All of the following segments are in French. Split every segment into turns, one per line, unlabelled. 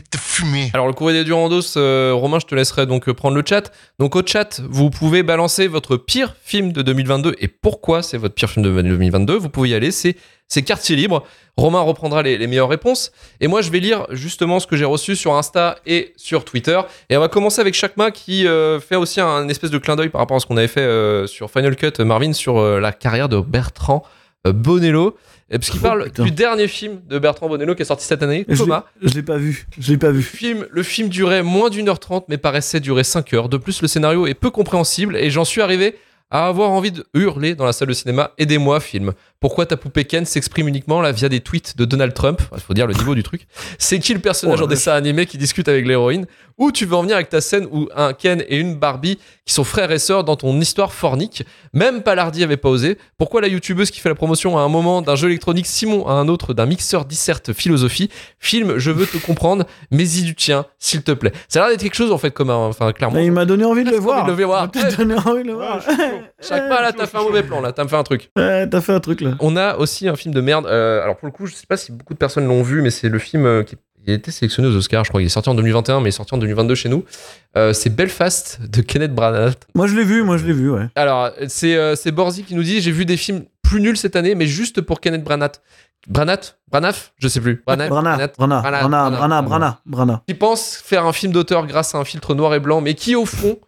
te fumer.
Alors, le courrier des Durandos, euh, Romain, je te laisserai donc euh, prendre le chat. Donc, au chat, vous pouvez balancer votre pire film de 2022 et pourquoi c'est votre pire film de 2022. Vous pouvez y aller, c'est, c'est quartier libre. Romain reprendra les, les meilleures réponses. Et moi, je vais lire justement ce que j'ai reçu sur Insta et sur Twitter. Et on va commencer avec Chakma qui euh, fait aussi un, espèce de clin d'œil par rapport à ce qu'on avait fait euh, sur Final Cut, euh, Marvin, sur euh, la carrière de Bertrand euh, Bonello. Et Parce qu'il
Oh,
parle
putain.
du dernier film de Bertrand Bonello qui est sorti cette année,
Je l'ai-
Thomas.
Je l'ai pas vu. Je l'ai pas vu.
Film, le film durait moins d'une heure trente, mais paraissait durer cinq heures. De plus, le scénario est peu compréhensible et j'en suis arrivé à avoir envie de hurler dans la salle de cinéma. Aidez-moi, film. Pourquoi ta poupée Ken s'exprime uniquement là via des tweets de Donald Trump Il faut dire le niveau du truc. C'est qui le personnage
Oh la
en dessin animé qui discute avec l'héroïne Où tu veux en venir avec ta scène où un Ken et une Barbie qui sont frères et sœurs dans ton histoire fornique Même Palardi avait pas osé. Pourquoi la youtubeuse qui fait la promotion à un moment d'un jeu électronique Simon à un autre d'un mixeur disserte philosophie Film, je veux te comprendre mais y du tien, s'il te plaît. Ça a l'air d'être quelque chose en fait, comme un, enfin clairement.
Là, il m'a donné envie de le voir.
envie de le voir.
Il m'a peut-être donné envie de le voir.
Chaque pas là, t'as fait un mauvais plan là, t'as me fait un truc.
Ouais, Eh, T'as fait un truc là.
On a aussi un film de merde. euh, alors pour le coup, je sais pas si beaucoup de personnes l'ont vu, mais c'est le film euh, qui qui a été sélectionné aux Oscars. Je crois qu'il est sorti en 2021, mais il est sorti en 2022 chez nous. Euh, c'est Belfast de Kenneth Branagh.
Moi, je l'ai vu. Moi, je l'ai vu. Ouais.
Alors c'est euh, c'est Borzi qui nous dit j'ai vu des films plus nuls cette année, mais juste pour Kenneth Branagh. Branagh, Branagh, je sais plus. Branagh,
Brana,
Branagh.
Brana,
Branagh,
Brana, Brana,
Branagh.
Brana, Brana.
qui pense faire un film d'auteur grâce à un filtre noir et blanc, mais qui au fond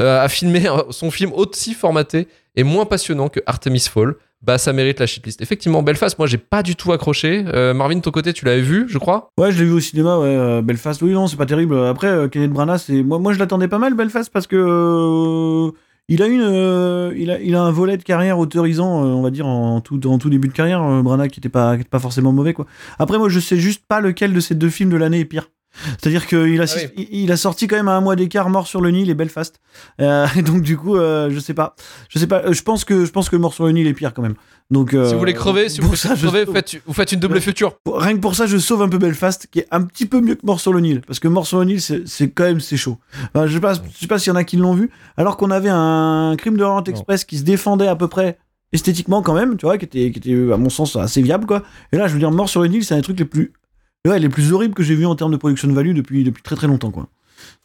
euh, a filmé un- son film aussi formaté et moins passionnant que Artemis Fall, bah ça mérite la shitlist. Effectivement, Belfast, moi j'ai pas du tout accroché. Euh, Marvin, de ton côté, tu l'avais vu, je crois
Ouais, je l'ai vu au cinéma, ouais, euh, Belfast. Oui, non, c'est pas terrible. Après, euh, Kenneth Branagh, c'est moi, moi, je l'attendais pas mal, Belfast, parce que euh, il a une, euh, il a, il a un volet de carrière autorisant, euh, on va dire, en tout, en tout début de carrière, euh, Branagh, qui était pas, qui était pas forcément mauvais, quoi. Après, moi, je sais juste pas lequel de ces deux films de l'année est pire. C'est-à-dire qu'il a,
Ah oui.
il- il a sorti quand même à un mois d'écart Mort sur le Nil et Belfast. Euh, et donc du coup, euh, je sais pas, je sais pas. Euh, Je pense que je pense que Mort sur le Nil est pire quand même. Donc euh,
Si vous voulez crever, si vous voulez
pour ça, je-
crever, faites, vous faites une double
Ouais.
future.
pour- rien que pour ça, je sauve un peu Belfast, qui est un petit peu mieux que Mort sur le Nil, parce que Mort sur le Nil, c'est c'est quand même c'est chaud. Enfin, je sais pas, je sais pas s'il y en a qui l'ont vu, alors qu'on avait un Crime de l'Orient Express qui se défendait à peu près esthétiquement quand même, tu vois, qui était, qui était à mon sens assez viable quoi. Et là, je veux dire, Mort sur le Nil, c'est un des trucs les plus, ouais, les plus horribles que j'ai vu en termes de production value depuis depuis très très longtemps quoi.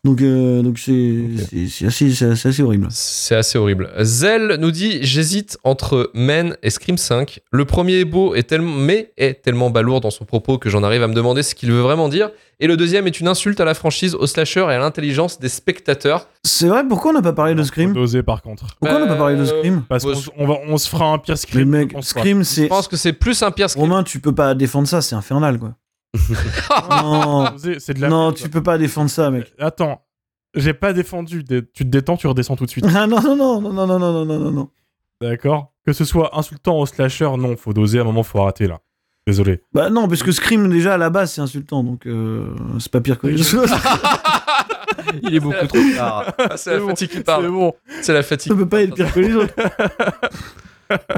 Donc euh, donc c'est c'est- c'est assez c'est assez- c'est assez horrible.
C'est assez horrible. Zell nous dit J'hésite entre Men et Scream 5. Le premier est beau, et tellement, mais est tellement balourd dans son propos que j'en arrive à me demander ce qu'il veut vraiment dire. Et le deuxième est une insulte à la franchise, au slasher et à l'intelligence des spectateurs.
C'est vrai, pourquoi on n'a pas parlé de
Hum.
Scream
Dosé par contre.
Pourquoi on n'a pas parlé de
Euh,
Scream
Parce
Bah,
qu'on s- on va- on se fera un pire
Mais
scream.
mec,
je pense pas.
Scream
Je
c'est
pense que c'est plus un pire scream.
Romain, tu peux pas défendre ça, c'est infernal quoi. non,
Dosé, C'est de la.
non
merde.
tu peux pas défendre ça, mec.
Attends, j'ai pas défendu. des- Tu te détends, tu redescends tout de suite.
Ah non, non, non, non, non, non, non, non, non, non, non.
D'accord Que ce soit insultant au slasher, non, faut doser. À un moment, faut arrêter là. Désolé.
Bah non, parce que Scream, déjà, à la base, c'est insultant, donc euh, c'est pas pire que les autres.
Il est beaucoup trop tard.
Ah, c'est la
bon,
fatigue qui parle.
bon.
C'est la fatigue.
Ça peut pas être pire que les autres.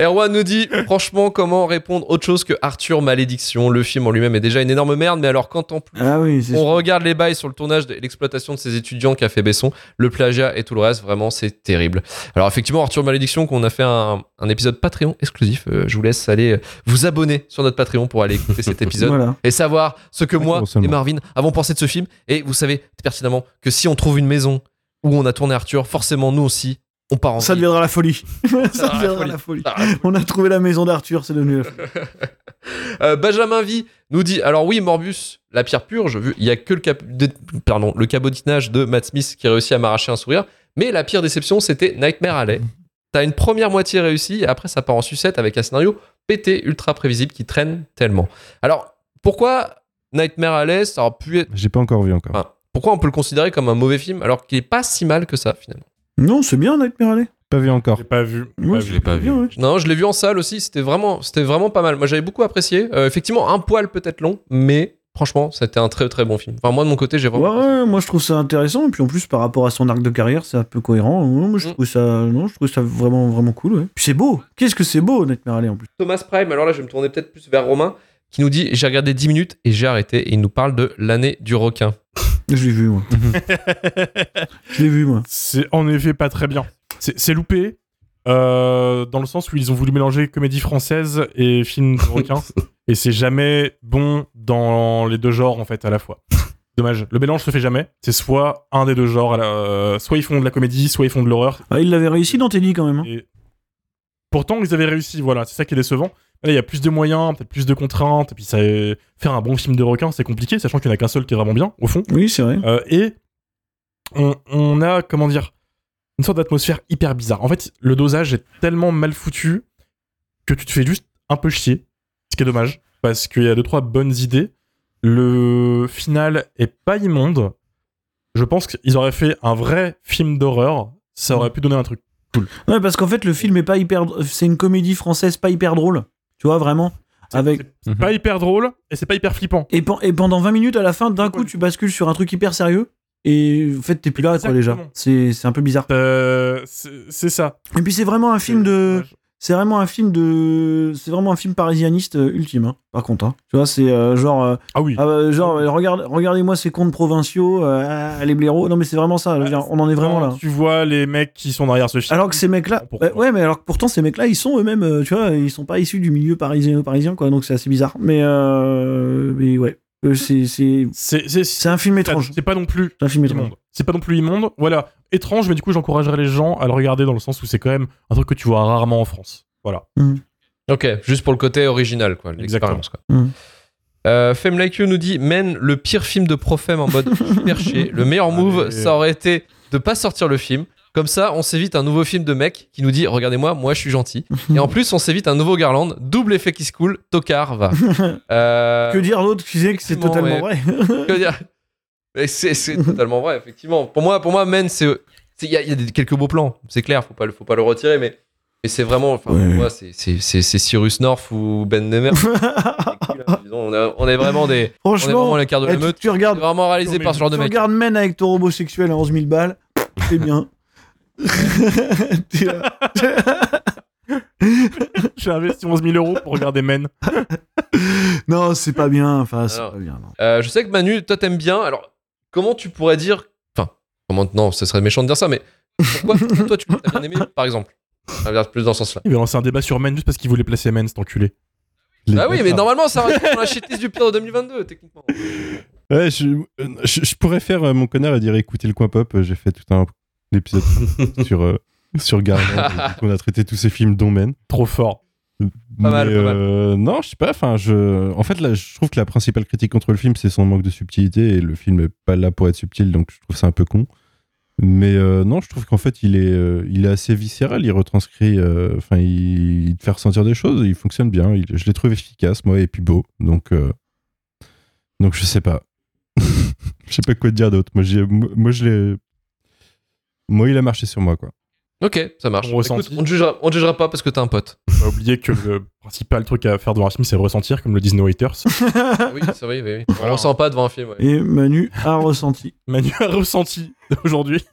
Erwan nous dit franchement comment répondre autre chose que Arthur Malédiction. Le film en lui-même est déjà une énorme merde, mais alors quand en plus
Ah oui, c'est
on regarde les bails sur le tournage et l'exploitation de ses étudiants qu'a fait Besson, le plagiat et tout le reste, vraiment c'est terrible. Alors effectivement Arthur Malédiction qu'on a fait un, un épisode Patreon exclusif. Euh, je vous laisse aller euh, vous abonner sur notre Patreon pour aller écouter cet épisode.
Voilà.
et savoir ce que
Oui,
moi et
grosso modo.
Marvin avons pensé de ce film. Et vous savez pertinemment que si on trouve une maison où on a tourné Arthur, forcément nous aussi, on part en
Ça
ville.
deviendra la folie.
Ça
ça
deviendra la
deviendra
folie.
la folie.
Ah,
On a trouvé la maison d'Arthur, c'est devenu la folie.
Euh, Benjamin V nous dit alors oui Morbus la pierre purge vu il y a que le cap- de- pardon le cabotinage de Matt Smith qui réussit à m'arracher un sourire mais la pire déception c'était Nightmare Alley t'as une première moitié réussie et après ça part en sucette avec un scénario pété ultra prévisible qui traîne tellement alors pourquoi Nightmare Alley ça aurait pu être
J'ai pas encore vu encore.
enfin, pourquoi on peut le considérer comme un mauvais film alors qu'il est pas si mal que ça finalement
Non, c'est bien, Nightmare Alley.
Pas vu encore.
J'ai pas vu.
Moi,
Pas
je
vu.
l'ai pas
c'est
vu.
bien, ouais.
non je l'ai vu en salle aussi c'était vraiment c'était vraiment pas mal moi j'avais beaucoup apprécié Euh, effectivement un poil peut-être long mais Franchement, c'était un très très bon film. Enfin, moi de mon côté, j'ai
Ouais,
vraiment.
ouais, moi je trouve ça intéressant. Et puis en plus, par rapport à son arc de carrière, c'est un peu cohérent. Non, moi, je,
Mm.
trouve ça, non, je trouve ça vraiment, vraiment cool. ouais. Puis c'est beau. Qu'est-ce que c'est beau, Nightmare Alley en plus.
Thomas Prime, alors là, je vais me tourner peut-être plus vers Romain, qui nous dit J'ai regardé 10 minutes et j'ai arrêté. Et il nous parle de l'année du requin.
Je l'ai vu, moi. je l'ai vu, moi.
C'est en effet pas très bien. C'est c'est loupé euh, dans le sens où ils ont voulu mélanger comédie française et film de requin. et c'est jamais bon dans les deux genres en fait à la fois. Dommage. Le mélange se fait jamais. C'est soit un des deux genres, à la- euh, soit ils font de la comédie, soit ils font de l'horreur.
Ah, il l'avait réussi dans Teddy quand même. hein.
Et pourtant ils avaient réussi. Voilà, c'est ça qui est décevant. Là, il y a plus de moyens, peut-être plus de contraintes. Et puis ça, faire un bon film de requin, c'est compliqué, sachant qu'il n'y en a qu'un seul qui est vraiment bien au fond.
Oui, c'est vrai.
Euh, et on, on a, comment dire, une sorte d'atmosphère hyper bizarre. En fait, le dosage est tellement mal foutu que tu te fais juste un peu chier, ce qui est dommage, parce qu'il y a deux, trois bonnes idées. Le final est pas immonde. Je pense qu'ils auraient fait un vrai film d'horreur, ça aurait pu donner un truc.
Ouais, parce qu'en fait, le film est pas hyper. C'est une comédie française pas hyper drôle. Tu vois, vraiment. Avec...
C'est pas hyper drôle et c'est pas hyper flippant.
Et, pen- et pendant 20 minutes, à la fin, d'un coup, tu bascules sur un truc hyper sérieux. Et en fait, t'es plus là, quoi, déjà.
Exactement.
C'est c'est un peu bizarre.
Euh, c'est c'est ça.
Et puis, c'est vraiment un film de. C'est vraiment un film de. C'est vraiment un film parisianiste euh, ultime, hein, par contre. hein. Tu vois, c'est euh, genre. euh,
Ah oui.
ah, bah, genre, euh, regarde, regardez-moi ces contes provinciaux, euh, ah, les blaireaux. Non, mais c'est vraiment ça. je veux dire, on en est vraiment là.
Tu vois les mecs qui sont derrière ce film.
Alors que ces
Ah,
mecs-là, bah,
Pourquoi
ouais, ouais, mais alors que pourtant ces mecs-là, ils sont eux-mêmes, euh, tu vois, ils sont pas issus du milieu parisien parisien quoi, donc c'est assez bizarre. Mais euh, mais ouais, Euh, c'est c'est
C'est c'est-
c'est un film étrange.
C'est pas non plus
C'est un film étrange.
immonde. C'est pas non plus immonde. Voilà, étrange, mais du coup, j'encouragerais les gens à le regarder dans le sens où c'est quand même un truc que tu vois rarement en France. Voilà.
Ok, juste pour le côté original, quoi,
Exactement.
l'expérience. quoi.
Mm.
Euh, Femme Like You nous dit Men, le pire film de Profem en mode perché. Le meilleur move,
Allez.
ça aurait été de pas sortir le film. Comme ça, on s'évite un nouveau film de mec qui nous dit Regardez-moi, moi je suis gentil. Et en plus, on s'évite un nouveau Garland, double effet qui se coule, tocard va. Euh,
Que dire d'autre Tu sais que c'est
Effectivement,
totalement vrai.
que dire Mais c'est, c'est totalement vrai, effectivement. Pour moi, pour moi Men, c'est. c'est- Il y a, il y a des- quelques beaux plans, c'est clair, faut pas, le- faut pas le retirer, mais, mais c'est vraiment. Enfin,
Ouais.
pour moi, c'est, c'est, c'est- c'est Cyrus North ou Ben Nemer. Disons, on, a- on est vraiment des. On est vraiment
Franchement,
à l'écart de
eh,
la
tu-
meute.
tu, regardes,
C'est vraiment réalisé
Non,
par
mais
ce genre
tu
de mec.
regardes Men avec ton robot sexuel à 11 000 balles, c'est bien. T'es là.
J'ai investi 11 000 euros pour regarder Men.
non, c'est pas bien. Enfin, c'est
Alors.
pas bien. non.
Euh, je sais que Manu, toi t'aimes bien. Alors, comment tu pourrais dire. Enfin, comment. Non, ce serait méchant de dire ça, mais pourquoi toi tu as bien aimé, par exemple Ça va plus dans ce sens-là.
Il va lancer un débat sur Men juste parce qu'il voulait placer Men, cet enculé.
Bah oui, mais
bâtards.
normalement, ça reste dans la shitlist du pire de 2022, techniquement.
Ouais, je, euh, je, je pourrais faire euh, mon connard et dire écoutez le coin pop. euh, J'ai fait tout un épisode sur, euh, sur Garland. on a traité tous ces films, dont Men.
Trop fort.
Pas mal, pas mal.
euh, non, je sais pas. Enfin, je. En fait, là, je trouve que la principale critique contre le film, c'est son manque de subtilité et le film est pas là pour être subtil, donc je trouve ça un peu con. Mais euh, non, je trouve qu'en fait, il est, euh, il est assez viscéral. Il retranscrit. euh, Enfin, il, il te fait ressentir des choses. Il fonctionne bien. il- je l'ai trouvé efficace, moi, et puis beau. Donc, euh, donc je sais pas. je sais pas quoi te dire d'autre. Moi, j'ai- moi, je l'ai. Moi, il a marché sur moi, quoi.
Ok, ça marche.
Ton ressenti.
Écoute, on, te jugera, on te jugera pas parce que t'es un pote.
Faut Pas oublier que le principal truc à faire devant un film, c'est ressentir, comme le disent No Haters.
Ah.
oui, c'est vrai, oui, oui. On ressent pas devant un film. ouais.
Et Manu a ressenti.
Manu a ressenti aujourd'hui.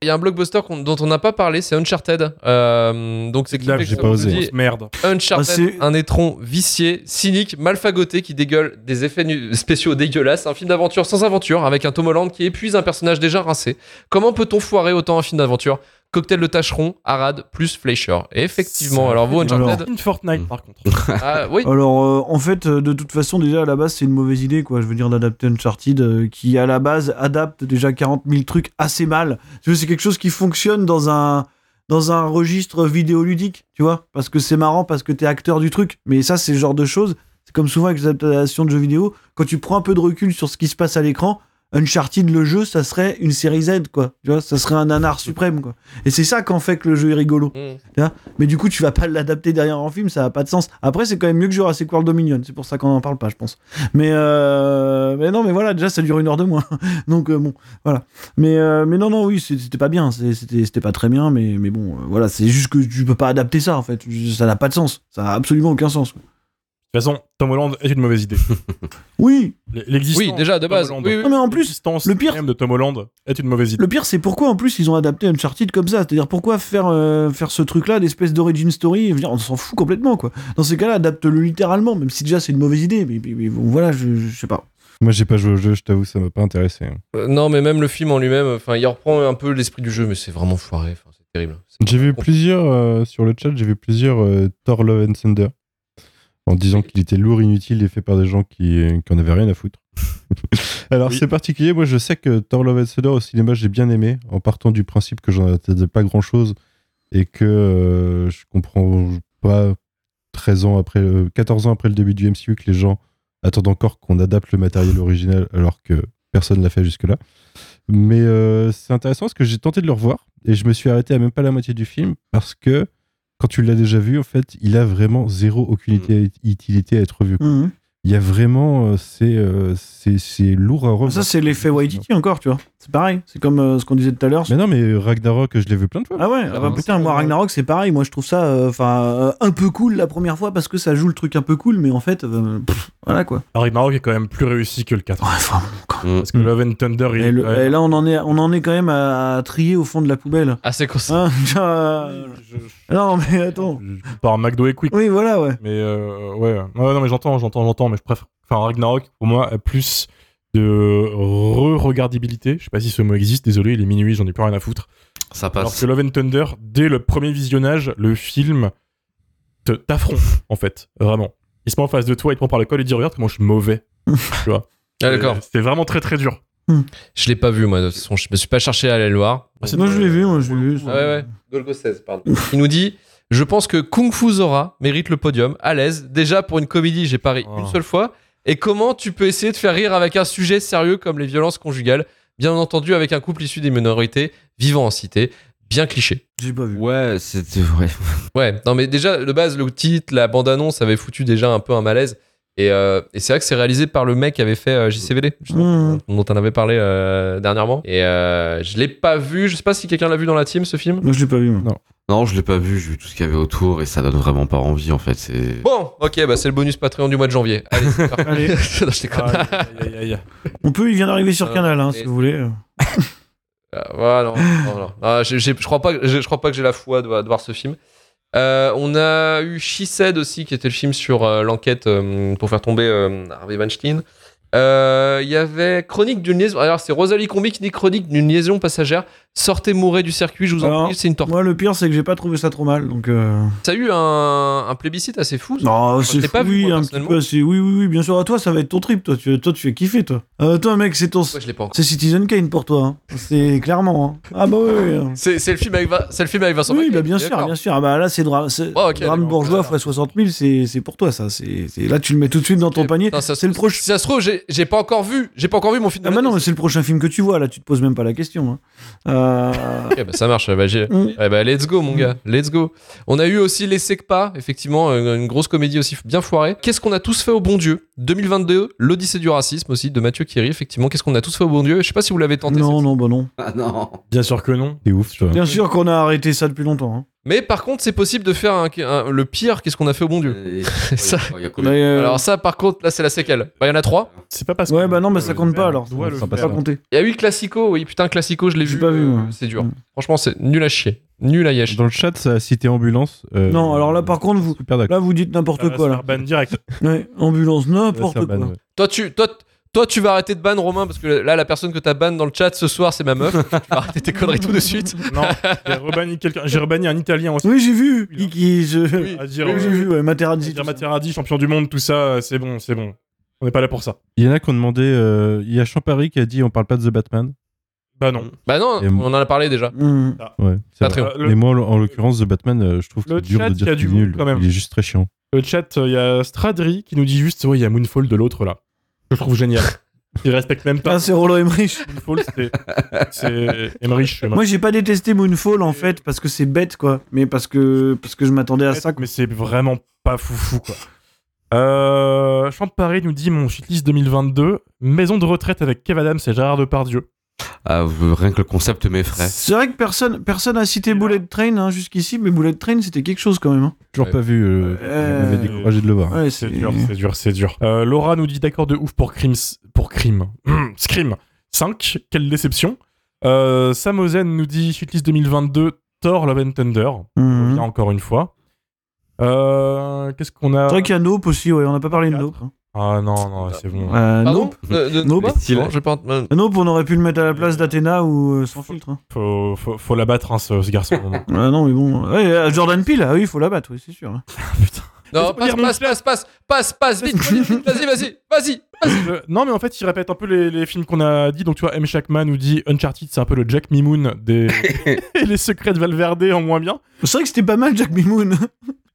Il y a un blockbuster qu'on- dont on n'a pas parlé, c'est Uncharted. Euh, donc c'est qui
Là,
fait
j'ai
que
pas
on
osé.
hein.
dit
Merde.
Ah,
Uncharted,
c'est-
un étron vicié, cynique, mal fagoté qui dégueule des effets nu- spéciaux dégueulasses, un film d'aventure sans aventure avec un Tom Holland qui épuise un personnage déjà rincé. Comment peut-on foirer autant un film d'aventure Cocktail de tâcheron, Arad plus Fleischer. Et effectivement,
Ça
alors vous
fait
Uncharted, Mm.
Une Fortnite, par contre.
ah, oui,
Alors, euh, en fait, euh, de toute façon, déjà à la base, c'est une mauvaise idée, quoi. Je veux dire, d'adapter Uncharted, euh, qui à la base adapte déjà 40 000 trucs assez mal. Tu vois, C'est quelque chose qui fonctionne dans un dans un registre vidéoludique, tu vois, parce que c'est marrant, parce que t'es acteur du truc. Mais ça, c'est le genre de choses. C'est comme souvent avec les adaptations de jeux vidéo, quand tu prends un peu de recul sur ce qui se passe à l'écran. Uncharted, le jeu, ça serait une série Z, quoi. Tu vois, ça serait un nanar suprême, quoi. Et c'est ça qu'en fait que le jeu est rigolo.
Mm.
Tu vois Mais du coup, tu vas pas l'adapter derrière en film, ça a pas de sens. Après, c'est quand même mieux que Jurassic World Dominion, c'est pour ça qu'on en parle pas, je pense. Mais, euh, mais non, mais voilà, déjà, ça dure une heure de moins. Donc, euh, bon, voilà. Mais, euh, mais non, non, oui, c'est- c'était pas bien, c'est- c'était c'était pas très bien, mais, mais bon, euh, voilà, c'est juste que tu peux pas adapter ça, en fait. Ça n'a pas de sens, ça a absolument aucun sens. quoi.
De toute façon, Tom Holland est une mauvaise idée.
Oui,
L- L'existence.
Oui, déjà, de
Tom
base,
Holland-
oui, oui.
Non, mais en plus,
l'existence
le pire-
même de Tom Holland est une mauvaise idée.
le pire, c'est pourquoi en plus ils ont adapté Uncharted comme ça. C'est-à-dire pourquoi faire, euh, faire ce truc-là d'espèce d'origin story Je veux dire, On s'en fout complètement, quoi. Dans ces cas-là, adapte-le littéralement, même si déjà c'est une mauvaise idée. Mais, mais- mais bon, voilà, je, je sais pas.
Moi, j'ai pas joué au jeu, je t'avoue, ça m'a pas intéressé. hein.
Euh, non, mais même le film en lui-même, enfin, il reprend un peu l'esprit du jeu, mais c'est vraiment foiré. Enfin, c'est terrible. C'est-
J'ai vu plusieurs, euh, sur le chat, j'ai vu plusieurs euh, Thor Love and Thunder en disant qu'il était lourd, inutile et fait par des gens qui, euh, qui en avaient rien à foutre. Alors,
Oui.
c'est particulier. Moi, je sais que Thor Love and Thunder au cinéma, j'ai bien aimé en partant du principe que j'en attendais pas grand chose et que euh, je comprends pas 13 ans après, euh, 14 ans après le début du MCU que les gens attendent encore qu'on adapte le matériel original alors que personne l'a fait jusque-là. Mais euh, c'est intéressant parce que j'ai tenté de le revoir et je me suis arrêté à même pas la moitié du film parce que quand tu l'as déjà vu, en fait, il a vraiment zéro aucune
Mm.
uti- utilité à être revu.
Mhm.
Il y a vraiment, euh, c'est euh, c'est- c'est lourd à revoir.
Ça, c'est l'effet Waititi encore, tu vois. C'est pareil. C'est comme euh, ce qu'on disait tout à l'heure.
Mais non, mais Ragnarok, je l'ai vu plein de fois.
Ah ouais, ah bah
non,
putain,
c'est-
moi Ragnarok c'est pareil, moi je trouve ça euh, enfin euh, un peu cool la première fois parce que ça joue le truc un peu cool, mais en fait, euh, pff, voilà quoi.
Alors, Ragnarok est quand même plus réussi que le 4.
Ouais, vraiment, quoi.
Parce que
Mm.
Hmm.
Love and Thunder, il
Et, le-
est quand même-
et là on en est on en est quand même à, à trier au fond de la poubelle.
Ah, c'est quoi ça
Hein, euh,
Je- je-
non mais attends.
je- je pars à McDo et Quick.
Oui voilà ouais.
Mais euh, ouais, ouais. Ouais, non, mais j'entends, j'entends, j'entends, mais je préfère. Enfin, Ragnarok, pour moi, a plus de re-regardabilité. Je sais pas si ce mot existe, désolé, il est minuit, j'en ai plus rien à foutre.
Ça
Alors
passe.
que Love and Thunder, dès le premier visionnage, le film te t'affronte, en fait, vraiment. Il se met en face de toi, il te prend par le col et dit Regarde comment je suis mauvais.
Ah,
euh,
d'accord.
C'est vraiment très très dur.
Je l'ai pas vu, moi. De toute façon, je me suis pas cherché à aller le voir.
Ah, Moi je l'ai vu, moi je l'ai vu. ça.
Ah ouais, ouais. Golgo 16, pardon. Il nous dit Je pense que Kung Fu Zora mérite le podium, à l'aise. Déjà, pour une comédie, j'ai pas ri
Oh.
une seule fois. Et comment tu peux essayer de faire rire avec un sujet sérieux comme les violences conjugales Bien entendu, avec un couple issu des minorités vivant en cité. Bien cliché.
J'ai pas vu.
Ouais, c'était vrai.
Ouais, non, mais déjà, de base, le titre, la bande-annonce avait foutu déjà un peu un malaise. Et, euh, et c'est vrai que c'est réalisé par le mec qui avait fait euh, JCVD, justement,
Mhm.
dont on avait parlé euh, dernièrement. Et euh, je l'ai pas vu. Je sais pas si quelqu'un l'a vu dans la team, ce film.
Moi je l'ai pas vu. moi.
Non, je l'ai pas vu, j'ai vu tout ce qu'il y avait autour et ça donne vraiment pas envie en fait. C'est.
Bon, ok, bah c'est le bonus Patreon du mois de janvier. Allez, Ah, c'est parti.
Allez.
Non, je déconne.
Ah, Aïe, aïe, aïe, aïe.
On peut, il vient d'arriver sur
Euh,
Canal hein,
et-
si vous voulez.
Ah, voilà, non, non, non. Ah, j'ai- j'ai- je crois pas, que- je je crois pas que j'ai la foi de, de voir ce film. Euh, on a eu She Said aussi, qui était le film sur euh, l'enquête euh, pour faire tomber euh, Harvey Weinstein. Euh, Il y avait Chronique d'une liaison. Alors c'est Rosalie Combi qui dit Chronique d'une liaison passagère. Sortez mourir du circuit, je vous en
Alors,
prie, c'est une torture.
Moi le pire c'est que j'ai pas trouvé ça trop mal donc euh,
Ça a eu un, un plébiscite assez fou. ça.
Non,
je
c'est
l'ai pas
fou,
vu,
oui,
moi,
un petit
personnellement.
peu, c'est- oui, oui, oui, bien sûr. À toi, ça va être ton trip, toi, tu, toi, tu es kiffé, toi. Euh, toi, mec, c'est ton,
Ouais, je l'ai pas encore.
c'est Citizen Kane pour toi. hein. C'est clairement. hein. Ah bah oui. oui, hein.
C'est c'est le film avec, Vin- c'est le film avec Vincent.
Oui,
Macaigne,
bah bien sûr,
d'accord.
bien sûr. Ah bah là, c'est dra- c'est
Oh, ok,
drame
d'accord.
bourgeois fois 60 000, c'est c'est pour toi, ça. C'est c'est- là, tu le mets tout de suite dans ton
Ok,
panier.
putain, ça se
C'est le
trouve-
proche.
Si ça se trouve, j'ai j'ai pas encore vu, j'ai pas encore vu mon film. de
Ah bah
l'été.
non, mais c'est le prochain film que tu vois. Là, tu te poses même pas la question. hein. Euh,
Ok, bah ça marche. Bah, j'ai-
mm,
Eh bah, let's go, mon
Mm.
gars. Let's go. On a eu aussi Les Secpas, effectivement, une une grosse comédie aussi bien foirée. Qu'est-ce qu'on a tous fait au bon Dieu 2022, l'Odyssée du racisme aussi, de Mathieu Kiri, effectivement. Qu'est-ce qu'on a tous fait au bon Dieu Je sais pas si vous l'avez tenté.
non,
cette-
non, bah non.
Ah non
Bien sûr que non.
C'est ouf, toi.
Bien sûr qu'on a arrêté ça depuis longtemps. hein.
Mais par contre, c'est possible de faire un- un- le pire, qu'est-ce qu'on a fait au bon Dieu Ça-
Il y a combien
Mais, euh,
Alors ça, par contre, là, c'est la séquelle. Bah, Il y en a trois.
C'est pas parce
ouais,
que-
bah non, mais ça compte pas alors.
On doit le
Ça
Faut
passe
faire.
Pas compter.
Il y a eu Classico, oui, putain, Classico, je l'ai
J'ai
vu.
pas vu,
euh,
moi.
C'est dur.
Mm.
Franchement, c'est nul à chier. Nul à yèche.
Dans le chat, ça a cité ambulance. euh,
Non, alors là, par contre, vous-
Super d'accord.
Là, vous dites
Ça
Ah,
n'importe
va
quoi
se
là.
faire ban direct.
Ouais, ambulance, n'importe
Ça,
quoi.
ban, ouais.
Toi, tu, toi, t- toi, tu vas arrêter de ban Romain parce que là, la personne que t'as ban dans le chat ce soir, c'est ma meuf. tu vas arrêter tes conneries tout de suite.
Non, j'ai rebanni quelqu'un. J'ai rebanni un Italien aussi.
Oui, j'ai vu.
Oui, hein.
Qui, je...
À dire,
Oui, j'ai
euh,
vu, ouais, Materazzi.
Dire
tout ça.
Materazzi, champion du monde, tout ça, euh, c'est bon, c'est bon. On n'est pas là pour ça.
Il y en a qui ont demandé. euh, Il y a Champari qui a dit on parle pas de The Batman.
Bah non.
Bah non,
Et-
on en a parlé déjà.
Mmh.
Ouais. c'est
Patreon.
vrai.
Euh, le-
Mais moi, en- en l'occurrence, The Batman, euh, je trouve que
Le
c'est dur
chat,
de
il y a
dire
du
qu'il est
monde,
nul.
quand même.
Il est juste très chiant.
Le chat, il y a Stradri qui nous dit juste, ouais, il y a Moonfall de l'autre là. Que je trouve génial. Il respecte même pas
Ah, c'est Rollo Emmerich.
Moonfall, c'est. C'est Emmerich.
Moi, j'ai pas détesté Moonfall en fait parce que c'est bête quoi, mais parce que parce que je m'attendais à ça. quoi.
mais c'est vraiment pas foufou quoi. Euh, Champ Paris nous dit mon shitlist 2022, maison de retraite avec Kev Adams et Gérard Depardieu.
Ah, vous- rien que le concept m'effraie.
C'est vrai que personne personne a cité Bullet Train hein, jusqu'ici, mais Bullet Train c'était quelque chose quand même. hein.
Toujours
Ouais.
pas vu. euh,
Euh,
J'avais découragé de le voir.
Ouais, Mm.
C'est dur, c'est dur, c'est dur. Euh, Laura nous dit d'accord de ouf pour Crims, pour Crime. Hum, Scream 5, quelle déception. Euh, Sam Ozen nous dit Shitlist 2022, Thor Love and Thunder. On
Mhm.
revient encore une fois. Euh, Qu'est-ce qu'on a
C'est vrai qu'il y a Nope aussi, ouais, on n'a pas parlé de Nope. hein.
Ah non, non, c'est bon.
Euh,
Pardon
nope.
De- de-
Nope.
quoi
Style.
Non, j'ai pas ent- euh,
Nope, on aurait pu le mettre à la place d'Athéna ou euh, sans filtre. hein.
Faut, faut, faut l'abattre, hein, ce, ce garçon. vraiment.
Ah non, mais bon. Ouais, euh, Jordan Peele, ah oui, il faut la battre, oui, c'est sûr. hein.
Non,
Laisse-moi dire mon
passe, passe, passe, passe, passe, passe, vite, vite, vas-y, vas-y, vas-y.
Euh, non, mais en fait, il répète un peu les, les films qu'on a dit. Donc, tu vois, M. Shackman nous dit Uncharted, c'est un peu le Jack Mimoun des. et les secrets de Valverde en moins bien.
C'est vrai que c'était pas mal, Jack Mimoun.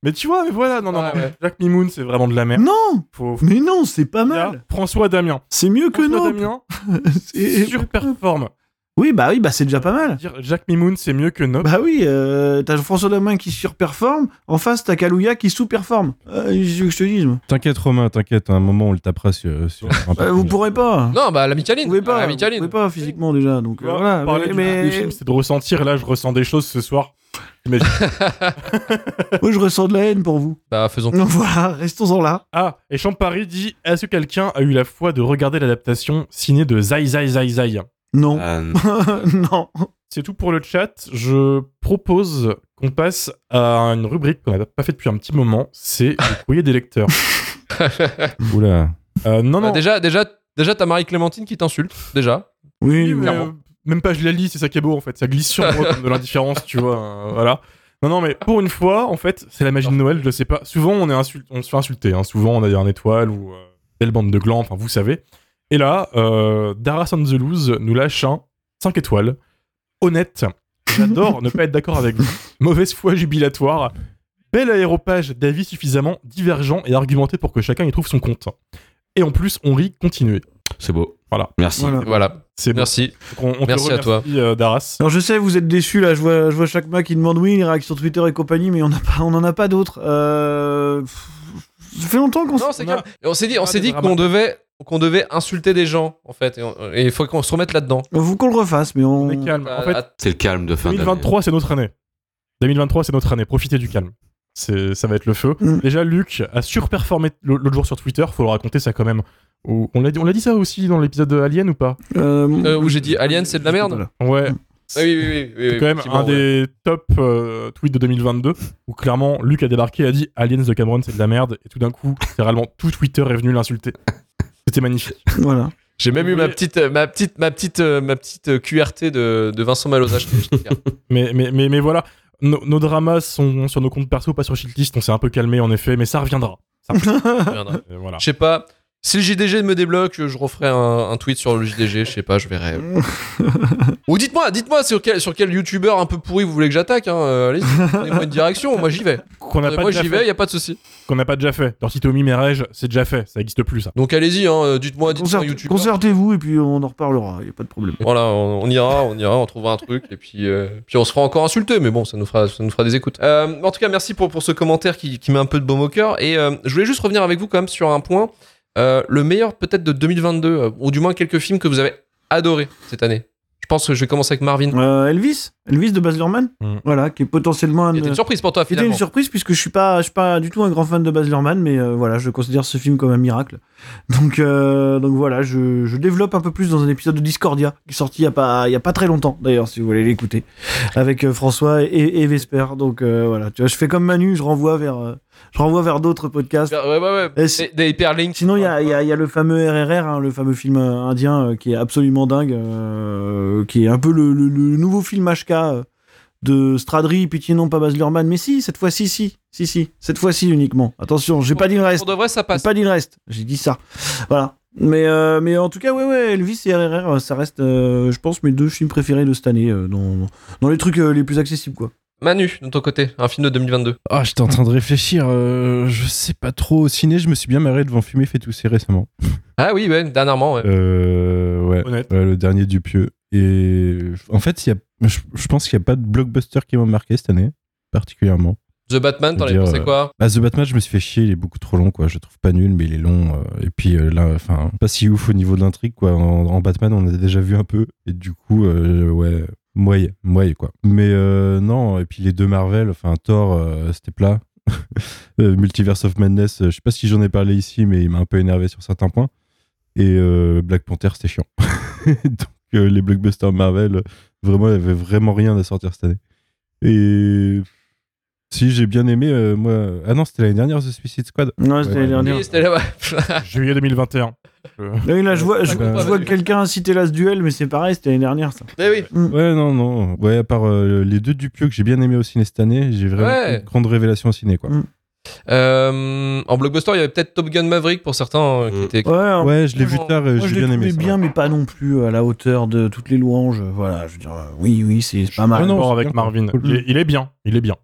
Mais tu vois, mais voilà, non, non,
Ouais,
non.
ouais.
Jack Mimoun, c'est vraiment de la merde.
non,
Faut, faut-
mais non, c'est pas
Là,
mal.
François Damien.
C'est mieux que
François
Nope.
Damien
Et- et-
surperforme.
Oui, bah oui, bah c'est déjà pas mal.
Dire Jack Mimoun, c'est mieux que Nope.
Bah oui, euh, t'as François Damain qui surperforme, en face t'as Kalouya qui sous-performe. Euh, qu'est-ce que je te dise. moi
T'inquiète, Romain, t'inquiète. À un moment, on le tapera sur. sur un
Euh, vous pourrez pas.
Non, bah la
Vous
Micaline.
pouvez
Ah,
pas,
la
vous
Micaline.
pouvez pas physiquement déjà. Donc
Tu
euh,
vois,
voilà.
parler
Mais,
du-
mais-
du film, c'est de ressentir. Là, je ressens des choses ce soir. Imagine.
moi je ressens de la haine pour vous.
Bah faisons.
Donc voilà, restons-en là.
Ah, et Champari dit Est-ce que quelqu'un a eu la foi de regarder l'adaptation ciné de Zai Zai Zai Zai
Non,
Ah, non.
non.
C'est tout pour le chat. Je propose qu'on passe à une rubrique qu'on n'a pas fait depuis un petit moment c'est le courrier des lecteurs.
Oula.
Euh, non,
Bah,
non,
déjà, déjà, déjà, t'as Marie-Clémentine qui t'insulte. Déjà.
Oui,
Oui, mais,
Clairement.
euh, même pas je la lis, c'est ça qui est beau en fait. Ça glisse sur moi comme de l'indifférence, tu vois. euh, voilà. Non, non, mais pour une fois, en fait, c'est la magie de Noël, je le sais pas. Souvent, on, est insul- on se fait insulter. hein. Souvent, on a un étoile ou euh, telle bande de glands, enfin, vous savez. Et là, euh, Dara San the Loose nous lâche un 5 étoiles. Honnête. J'adore ne pas être d'accord avec vous. Mauvaise foi jubilatoire. Bel aéropage d'avis suffisamment divergent et argumenté pour que chacun y trouve son compte. Et en plus, on rit continuer.
C'est beau.
Voilà.
Merci.
voilà.
Voilà.
C'est bon.
Merci.
Donc, on- on te
Merci à toi.
remercie, euh, Daras.
Alors je sais, vous êtes déçus là. Je vois, je vois chaque mec qui demande oui, les réactions Twitter et compagnie, mais on n'a pas, on en a pas d'autres. Euh... pff, Ça fait longtemps qu'on. s-
Non, c'est
on
calme.
a-
Et on s'est dit,
on
on
a
s'est
des
dit
dramas.
qu'on devait, qu'on devait insulter des gens en fait. Et on- Et il faut qu'on se remette là-dedans.
Vous qu'on le refasse, mais on.
On est calme. En
Ah,
fait,
ah,
C'est le calme de fin d'année.
2023, c'est notre année. 2023, c'est notre année. Profitez du calme. C'est, ça va être le feu.
Mm.
Déjà, Luc a surperformé l- l'autre jour sur Twitter. Faut le raconter ça quand même. Ou- On l'a dit, on l'a dit ça aussi dans l'épisode de Alien ou pas
Euh,
euh, où j'ai dit Alien, c'est de la merde.
Voilà.
Ouais.
Ah oui, oui, oui. oui,
C'est quand même
effectivement,
un
ouais.
des top euh, tweets de 2022 où clairement Luc a débarqué et a dit Aliens de Cameron c'est de la merde et tout d'un coup littéralement tout Twitter est venu l'insulter. C'était magnifique.
Voilà.
J'ai même eu ma
Oui.
petite, euh, ma petite, ma petite, euh, ma petite euh, QRT de, de Vincent Malozat. je te- je te dis.
Mais, mais, mais, mais voilà, nos- nos dramas sont sur nos comptes perso, pas sur Shitlist. On s'est un peu calmé en effet, mais ça reviendra. Ça
Merde.
Et voilà.
Je sais pas. Si le JDG me débloque, je referai un, un tweet sur le JDG. Je sais pas, je verrai. Ou dites-moi, dites-moi sur quel, sur quel youtubeur un peu pourri vous voulez que j'attaque. Hein. euh, Allez, donnez-moi une direction. Moi, j'y vais.
Qu'on n'a pas,
Moi,
déjà
j'y vais,
fait.
y a pas de souci.
Qu'on n'a pas déjà fait. Dirty Tommy, Mirage, c'est déjà fait. Ça n'existe plus, ça.
Donc, allez-y. Hein. euh, Dites-moi, dites-moi
Concert-
un youtubeur.
Concertez-vous et puis on en reparlera, il a pas de problème.
Voilà, on, on ira, on ira, on trouvera un truc et puis, euh, puis on se fera encore insulter, mais bon, ça nous fera, ça nous fera des écoutes. Euh, en tout cas, merci pour, pour ce commentaire qui, qui met un peu de baume au cœur. Et euh, je voulais juste revenir avec vous quand même sur un point, Euh, le meilleur peut-être de 2022, euh, ou du moins quelques films que vous avez adorés cette année. Je pense que je vais commencer avec Marvin.
Euh, Elvis, Elvis de Baz Luhrmann,
Mm.
voilà, qui est potentiellement un,
C'était une
qui
surprise pour toi
était
finalement.
une surprise puisque je suis pas, je suis pas du tout un grand fan de Baz Luhrmann, mais euh, voilà, je considère ce film comme un miracle. Donc, euh, donc voilà, je, je développe un peu plus dans un épisode de Discordia qui est sorti il y a pas, il y a pas très longtemps d'ailleurs, si vous voulez l'écouter, avec euh, François et, et Vesper. Donc euh, voilà, tu vois, je fais comme Manu, je renvoie vers, euh, je renvoie vers d'autres podcasts.
Ouais, ouais, ouais.
Et c'est-
Des, des hyperlinks.
Euh, Sinon, il y a, il y a- il y a le fameux RRR, hein, le fameux film euh, indien euh, qui est absolument dingue, euh, qui est un peu le, le- le nouveau film HK euh, de Stradri, pitié non pas Baz Luhrmann, mais si, cette fois-ci, si, si, si, cette fois-ci uniquement. Attention, j'ai pas dit le reste,
Pour de vrai, ça
j'ai
passe.
pas dit le reste, j'ai dit ça. Voilà. Mais, euh, mais en tout cas, ouais, ouais, Elvis et RRR, euh, ça reste, euh, je pense, mes deux films préférés de cette année, euh, dans, dans les trucs euh, les plus accessibles, quoi.
Manu, de ton côté, un film de 2022.
Ah, j'étais en train de réfléchir. euh, je sais pas trop. Au ciné, je me suis bien marré devant Fumer fait tousser récemment.
Ah oui, ouais, dernièrement. ouais.
Euh, ouais.
Honnête.
Ouais, le dernier du pieux. Et en fait, il y a, je, je pense qu'il n'y a pas de blockbuster qui m'a marqué cette année, particulièrement.
The Batman, t'en avais
Dire,
pensé
euh,
quoi
Bah, The Batman, je me suis fait chier, il est beaucoup trop long, quoi. Je le trouve pas nul, mais il est long. euh, et puis euh, là, enfin, pas si ouf au niveau de l'intrigue, quoi. En, en Batman, on a déjà vu un peu. Et du coup, euh, ouais, moyen, moyen, quoi. Mais euh, non, et puis les deux Marvel, enfin, Thor, euh, c'était plat. Euh, Multiverse of Madness, euh, je sais pas si j'en ai parlé ici, mais il m'a un peu énervé sur certains points. Et euh, Black Panther, c'était chiant. Donc, euh, les blockbusters Marvel, euh, vraiment, il y avait vraiment rien à sortir cette année. Et si j'ai bien aimé, euh, moi. Ah non, c'était l'année dernière, The Suicide Squad.
Non, c'était
Ouais,
les derniers.
Oui, c'était là, ouais.
Juillet 2021.
Oui, là, je vois, je,
Ah bah,
je vois
vas-y.
quelqu'un citer là ce duel, mais c'est pareil, c'était l'année dernière, ça.
Eh oui.
Ouais, non, non. Ouais, à part euh, les deux Dupieux que j'ai bien aimé au ciné cette année, j'ai vraiment
Ouais.
une grande révélation au ciné, quoi.
Mm.
Euh, en blockbuster, il y avait peut-être Top Gun Maverick pour certains euh, qui
Mm.
étaient.
Ouais, un-
Ouais, je l'ai vu
Moi,
tard
moi,
et Euh, j'ai
je l'ai
bien
trouvé
aimé. ça.
bien, mais pas non plus euh, à la hauteur de toutes les louanges. Voilà, je veux dire, euh, oui, oui, c'est c'est pas
Ah
mal.
non,
Bon,
c'est
avec
bien,
Marvin.
cool.
Il, est- il est bien. Il est bien.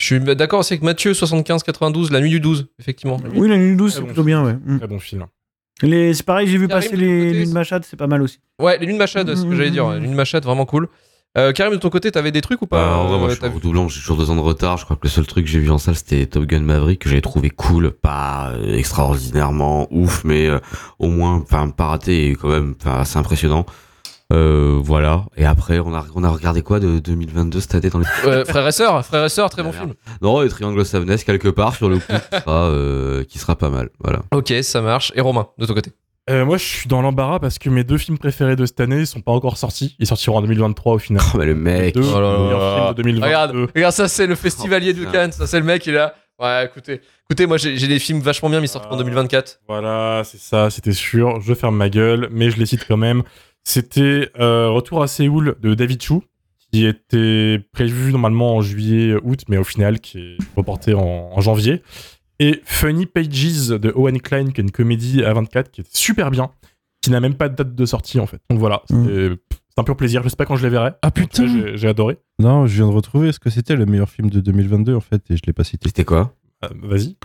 Je suis d'accord aussi avec Mathieu, 75-92, la nuit du 12, effectivement.
oui, la nuit 12,
Ah
c'est
bon.
plutôt bien, ouais. Mm.
Très bon film.
Les- C'est pareil, j'ai vu
Karim,
passer
de ton
les
côté,
lunes
c'est-
machades, c'est pas mal aussi.
Mm.
Ouais, les lunes machades, c'est ce que j'allais dire. ouais. Les lunes machades, vraiment cool. Euh, Karim, de ton côté, t'avais des trucs ou pas
Bah, en vrai, moi,
Euh,
je suis
t'as
en
vu-
redoublant, j'ai toujours deux ans de retard. Je crois que le seul truc que j'ai vu en salle, c'était Top Gun Maverick, que j'avais trouvé cool, pas euh, extraordinairement ouf, mais euh, au moins, enfin, pas raté, et quand même, enfin, assez impressionnant. Euh, voilà. Et après, on a, on a regardé quoi de 2022 cette année dans les...
Euh, frères et sœurs, frères et sœurs, très bon
Merde.
film.
Non, le Triangle of Sadness, quelque part, sur le coup, qui sera, euh, qui sera pas mal. Voilà.
Ok, ça marche. Et Romain, de ton côté.
Euh, moi, je suis dans l'embarras parce que mes deux films préférés de cette année ils sont pas encore sortis. Ils sortiront en 2023 au final.
Oh, mais le mec.
Deux
Oh là là là là.
meilleurs films de 2022.
Regarde, regarde, ça c'est le festivalier de
Oh, putain.
Cannes. Ça c'est le mec, il est là. Ouais, écoutez, écoutez, moi j'ai j'ai des films vachement bien, mais ils sortent
Euh.
en 2024.
Voilà, c'est ça, c'était sûr. Je ferme ma gueule, mais je les cite quand même. C'était euh, Retour à Séoul de David Chou, qui était prévu normalement en juillet-août, mais au final qui est reporté en, en janvier. Et Funny Pages de Owen Klein, qui est une comédie à 24 qui est super bien, qui n'a même pas de date de sortie en fait. Donc voilà,
Mm.
c'était- pff, c'est un pur plaisir. Je sais pas quand je les verrai.
Ah
En tout cas,
putain
j'ai- J'ai adoré.
Non, je viens de retrouver ce que c'était le meilleur film de 2022, en fait, et je l'ai pas cité.
C'était quoi
Euh, Vas-y.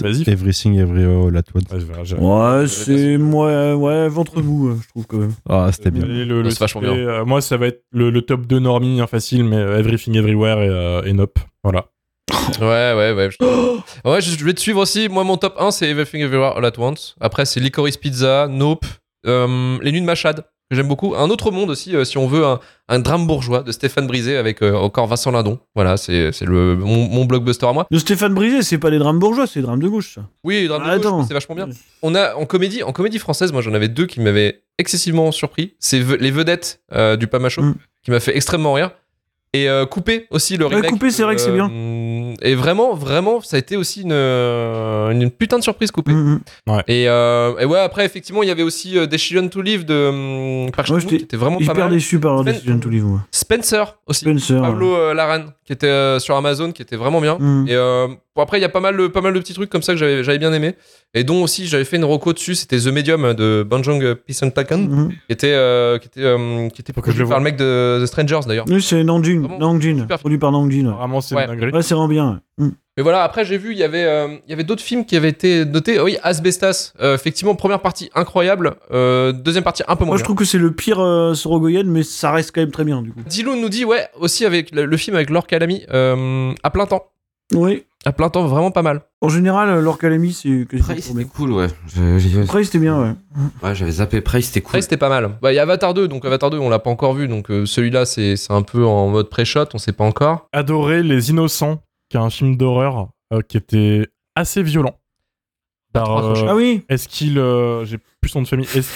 Vas-y.
Everything Everywhere All At Once.
Ouais, je verrai, je-
Ouais, c'est. Ouais, ouais, ventre mou, euh, je trouve quand même.
Ah, c'était bien.
Allez, le- le
c'est vachement
sujet,
bien.
euh, moi, ça va être le, le top 2 Normie, hein, facile, mais euh, Everything Everywhere et, euh, et Nope. Voilà.
Ouais, ouais, ouais. Je... ouais, je, je vais te suivre aussi. Moi, mon top 1, c'est Everything Everywhere All At Once. Après, c'est Licorice Pizza, Nope, euh, Les Nuits de Machad, que j'aime beaucoup. Un autre monde aussi, euh, si on veut, un, un drame bourgeois de Stéphane Brisé avec euh, encore Vincent Lindon. Voilà, c'est c'est le mon, mon blockbuster à moi.
De Stéphane Brisé, c'est pas des drames bourgeois, c'est des drames de gauche, ça.
Oui, drame de
Ah,
gauche,
attends.
c'est vachement bien. On a en comédie, en comédie française, moi j'en avais deux qui m'avaient excessivement surpris. C'est Ve- les vedettes euh, du Pamacho
Mm.
qui m'a fait extrêmement rire. Et euh, coupé aussi le
Ouais,
remake.
Coupé, c'est vrai que c'est bien.
bien. Et vraiment, vraiment, ça a été aussi une, euh, une putain de surprise coupé.
Mm, mm.
Et, euh, et ouais, après effectivement, il y avait aussi euh, Decision to Live de hum, Park
Moi,
Chan-wook
j'étais
qui était vraiment pas
Hyper
mal.
déçu par
Spen-
Decision to Live, moi.
Spencer aussi,
Spencer. ouais.
Pablo euh, Larraine qui était euh, sur Amazon, qui était vraiment bien.
Mmh.
Mm.
Et euh, bon, après, il y a pas mal, de- pas mal de petits trucs comme ça que j'avais j'avais bien aimé. Et dont aussi, j'avais fait une reco dessus, c'était The Medium de Banjong Pisantakan,
Mm.
qui était, euh, qui était, euh, qui était
Mmh. Faut que je
produit par
le voie.
le
Mmh.
mec de The Strangers d'ailleurs.
Oui, c'est Nanjing,
Vraiment,
Nanjing,
Ah super. Ah,
produit par Nanjing. Ouais,
Vraiment, c'est
Ouais.
une dinguerie.
Ouais, c'est vraiment bien. ouais. Mm.
Mais voilà, après, j'ai vu, il y avait, euh, il y avait d'autres films qui avaient été notés. Ah Oui, Asbestas, euh, effectivement, première partie incroyable, euh, deuxième partie un peu moins
Moi, je
bien.
trouve que c'est le pire euh, Sorogoyen, mais ça reste quand même très bien, du coup.
Dilou nous dit, ouais, aussi avec le, le film avec Laure Calamy, euh, à plein temps.
Oui.
À plein temps, vraiment pas mal.
En général, euh, l'Orcalami, c'est quasiment
Price,
trop bien.
c'était cool, ouais. Je- j'ai-
Après, c'était bien, ouais.
ouais, j'avais zappé Price, c'était
Après,
cool.
c'était pas mal. Bah, Il y a Avatar 2, donc Avatar 2, on l'a pas encore vu, donc euh, celui-là, c'est c'est un peu en mode pré-shot, on sait pas encore.
Adoré Les Innocents, qui est un film d'horreur euh, qui était assez violent. Par,
Ah,
euh,
Ah oui
Est-ce qu'il. euh, J'ai plus son de famille. Est-ce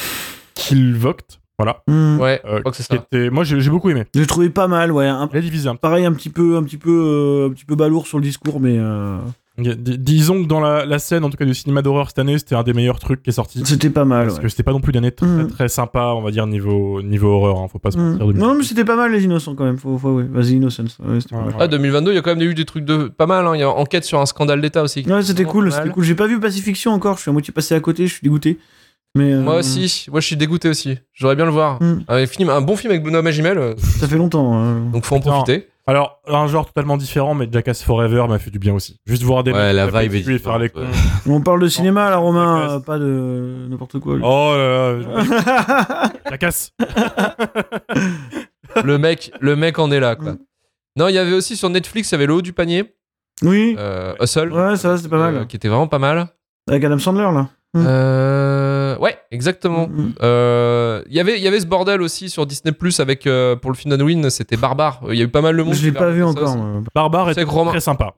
qu'il vote
Ah.
Voilà.
Mm.
Ouais,
Euh,
je crois que c'est
qui
ça.
était- moi, j'ai j'ai beaucoup aimé.
Je l'ai trouvé pas mal, ouais. Un-
Il a divisé un peu.
pareil, un petit peu, un petit peu, euh, un petit peu balourd sur le discours, mais euh,
Dis- Disons que dans la, la scène, en tout cas, du cinéma d'horreur cette année, c'était un des meilleurs trucs qui est sorti.
c'était pas mal.
Parce
Ah, ouais.
que c'était pas non plus une année très,
Mhm.
très sympa, on va dire, niveau, niveau horreur. hein, faut pas se
Mm.
mentir.
Non, mais c'était pas mal, les innocents, quand même. Faut, faut, ouais. Vas-y, Innocence. Ouais, c'était pas mal.
Ouais.
Ah, 2022, il y a quand même eu des trucs de pas mal. hein. Il y a enquête sur un scandale d'État aussi.
Ouais, c'était
Vraiment
cool,
pas mal.
c'était cool. J'ai pas vu Pacifiction encore, je suis à moitié passé à côté, je suis dégoûté. Mais, euh,
Moi aussi, moi je suis dégoûté aussi. J'aurais bien le voir.
Mm.
Un, film, un bon film avec Benoît Magimel, euh,
Ça fait longtemps. euh.
donc faut en
Putain.
profiter.
Alors, un genre totalement différent, mais Jackass Forever m'a fait du bien aussi. Juste voir des
Ouais,
mecs
la
taper
vibe est
dessus et faire les cons.
différente,
On parle de cinéma, là, Romain,
Jackass.
euh, pas de n'importe quoi. lui.
Oh là là, Jackass.
le mec, le mec en est là. Quoi.
Mm. Mmh.
Non, il y avait aussi sur Netflix, il y avait Le Haut du Panier.
Oui,
euh, Hustle,
ouais, ça, c'est pas mal.
euh, qui était vraiment pas mal.
Avec Adam Sandler, là. Mm.
Euh, ouais, exactement.
Mm, mm.
Euh, Il y avait- il y avait ce bordel aussi sur Disney Plus avec euh, pour le film d'Halloween, c'était Barbare. Il y a eu pas mal de monde.
Je l'ai
qui
pas vu
regardait ça
encore.
aussi.
moi.
Barbare
C'est
est
Romain.
très sympa.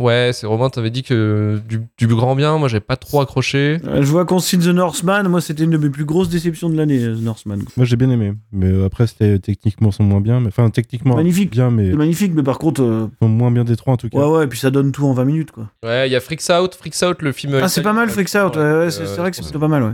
Ouais, c'est Romain, t'avais dit que du, du grand bien, moi j'avais pas trop accroché.
Euh, Je vois qu'on cite The Northman. Moi, c'était une de mes plus grosses déceptions de l'année, euh, The Northman.
Moi j'ai bien aimé, mais euh, après c'était techniquement sont moins bien, mais enfin techniquement
Magnifique.
bien, mais
C'est magnifique, mais par contre, euh,
sont moins bien des trois en tout cas.
ouais, ouais, et puis ça donne tout en 20 minutes, quoi.
Ouais, il y a Freaks Out, Freaks Out, le film.
Ah, c'est pas mal, Freaks Out. Ouais, ouais, c'est
Euh,
c'est vrai que c'est plutôt pas mal, ouais.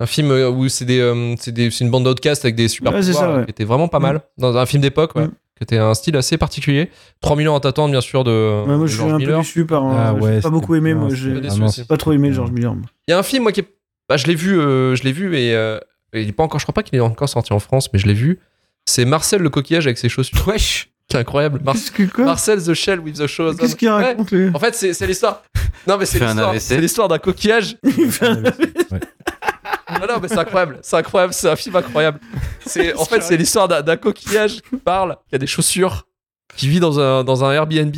Un film euh, où c'est des, euh, c'est des- c'est une bande d'outcasts avec des super
Ouais, c'est
pouvoirs
ça,
euh,
ouais.
qui était vraiment pas mal. Dans un film d'époque, ouais,
Mm.
qui était un style assez particulier. 3000 ans à t'attendre, bien sûr, de.
Ouais, moi,
de
je suis
George
un peu
Miller.
déçu par. euh,
Ah ouais,
j'ai pas beaucoup
c'était
aimé,
bien,
moi.
c'était
J'ai
Pas
j'ai
déçu
vraiment-
aussi.
pas trop aimé George Miller. moi.
Il y a un film, moi, qui est... bah, je l'ai vu, euh, je l'ai vu, et euh, il est pas encore, je crois pas qu'il est encore sorti en France, mais je l'ai vu. C'est Marcel le coquillage avec ses chaussures. Wesh C'est incroyable. Mar-
Qu'est-ce que quoi
Marcel the Shell with the Shoes.
Qu'est-ce qu'il
Ouais.
raconte lui
En fait, c'est c'est l'histoire. Non, mais c'est
Fait un
l'histoire.
AVC.
C'est l'histoire d'un coquillage.
Il fait un-
Non, non, mais c'est incroyable. C'est incroyable. C'est un film incroyable. C'est en fait, c'est l'histoire d'un d'un coquillage qui parle. Il y a des chaussures qui vit dans un dans un Airbnb.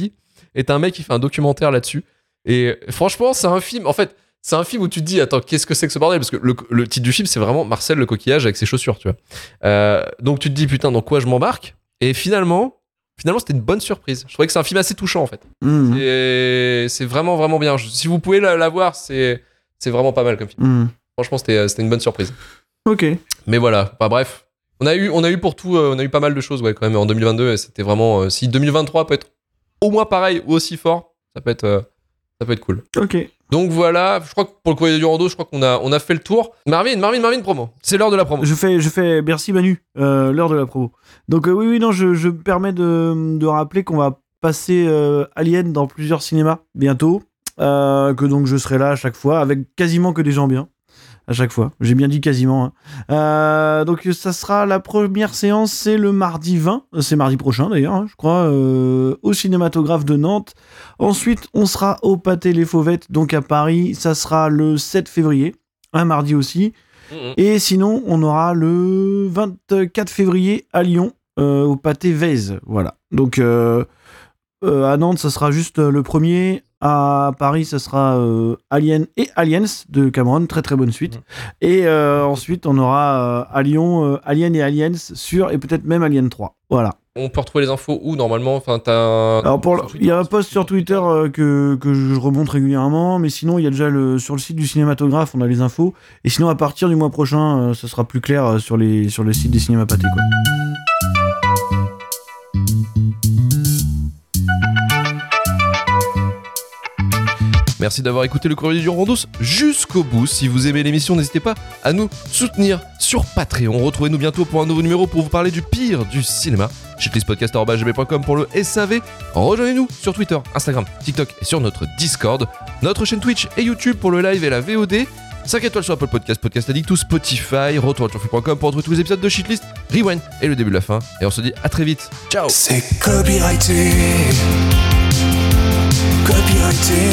Et t'as un mec qui fait un documentaire là-dessus. Et franchement, c'est un film. En fait, c'est un film où tu te dis, attends, qu'est-ce que c'est que ce bordel Parce que le, le titre du film, c'est vraiment Marcel le coquillage avec ses chaussures, tu vois. Euh, donc tu te dis, putain, dans quoi je m'embarque Et finalement, finalement, c'était une bonne surprise. Je trouvais que c'est un film assez touchant, en fait.
Mm.
Et c'est vraiment, vraiment bien. Je- Si vous pouvez la, la voir, c'est, c'est vraiment pas mal comme film.
Mm.
Franchement, c'était, euh, c'était une bonne surprise.
Ok.
Mais voilà, bah, bref. On a, eu, on a eu pour tout, euh, on a eu pas mal de choses ouais, quand même en 2022. Et c'était vraiment. euh, si 2023 peut être au moins pareil ou aussi fort, ça peut être, euh, ça peut être cool.
Ok.
Donc voilà, je crois que pour le courrier du rando, je crois qu'on a, on a fait le tour. Marvin, Marvin, Marvin, promo. C'est l'heure de la promo.
Je fais, je fais merci Manu, euh, l'heure de la promo. Donc euh, oui, oui, non, je, je me permets de, de rappeler qu'on va passer euh, Alien dans plusieurs cinémas bientôt, euh, que donc je serai là à chaque fois, avec quasiment que des gens bien, à chaque fois. J'ai bien dit quasiment. hein. Euh, donc ça sera la première séance, c'est le mardi 20, euh, c'est mardi prochain d'ailleurs, hein, je crois, euh, au cinématographe de Nantes. Ensuite, on sera au Pâté les Fauvettes, donc à Paris, ça sera le 7 février, un mardi aussi.
Mhm.
Et sinon, on aura le 24 février à Lyon, euh, au pâté Vèze. Voilà. Donc, euh, euh, à Nantes, ça sera juste euh, le premier. À Paris, ça sera euh, Alien et Aliens de Cameron. Très, très bonne suite. Et euh, ensuite, on aura euh, à Lyon, euh, Alien et Aliens sur, et peut-être même Alien 3. Voilà.
On peut retrouver les infos où normalement Enfin, t'as un-
Alors, pour le- il y a un post sur Twitter euh, que, que je remonte régulièrement, mais sinon, il y a déjà le, sur le site du cinématographe, on a les infos. Et sinon, à partir du mois prochain, euh, ça sera plus clair euh, sur les, sur les sites des cinémas pâtés. Quoi.
Merci d'avoir écouté le courrier du Rondos jusqu'au bout. Si vous aimez l'émission, n'hésitez pas à nous soutenir sur Patreon. Retrouvez-nous bientôt pour un nouveau numéro pour vous parler du pire du cinéma. Shitlistpodcast.com pour le SAV. Rejoignez-nous sur Twitter, Instagram, TikTok et sur notre Discord. Notre chaîne Twitch et YouTube pour le live et la VOD. 5 étoiles sur Apple Podcast, Podcast Addict ou Spotify. Retour sur fil.com pour retrouver tous les épisodes de Shitlist, Rewind et le début de la fin. Et on se dit à très vite. Ciao
C'est copyrighté. Copyrighté.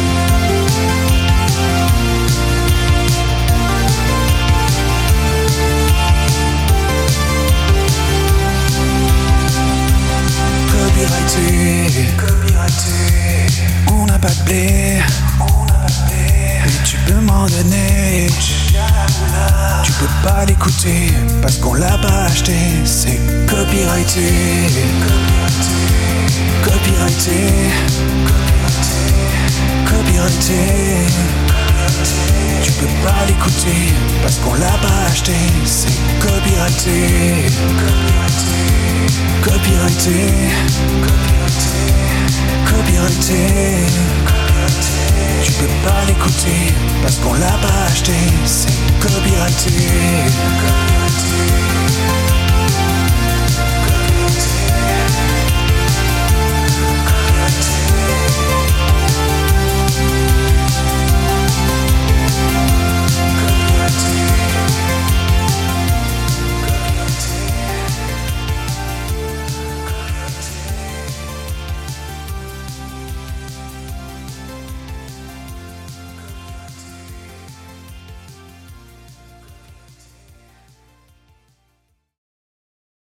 Copyrighté, copyrighté. On n'a pas de blé, on n'a pas de blé. Et tu peux m'en donner, tu peux pas l'écouter parce qu'on l'a pas acheté. C'est copyrighté, copyrighté, copyrighté, copyrighté. Tu peux pas l'écouter parce qu'on l'a pas acheté. C'est copyrighté, copyrighté. Copyrighté, copyrighté, copyrighté, Tu peux pas l'écouter parce qu'on l'a pas acheté. C'est copyrighté, copyrighté.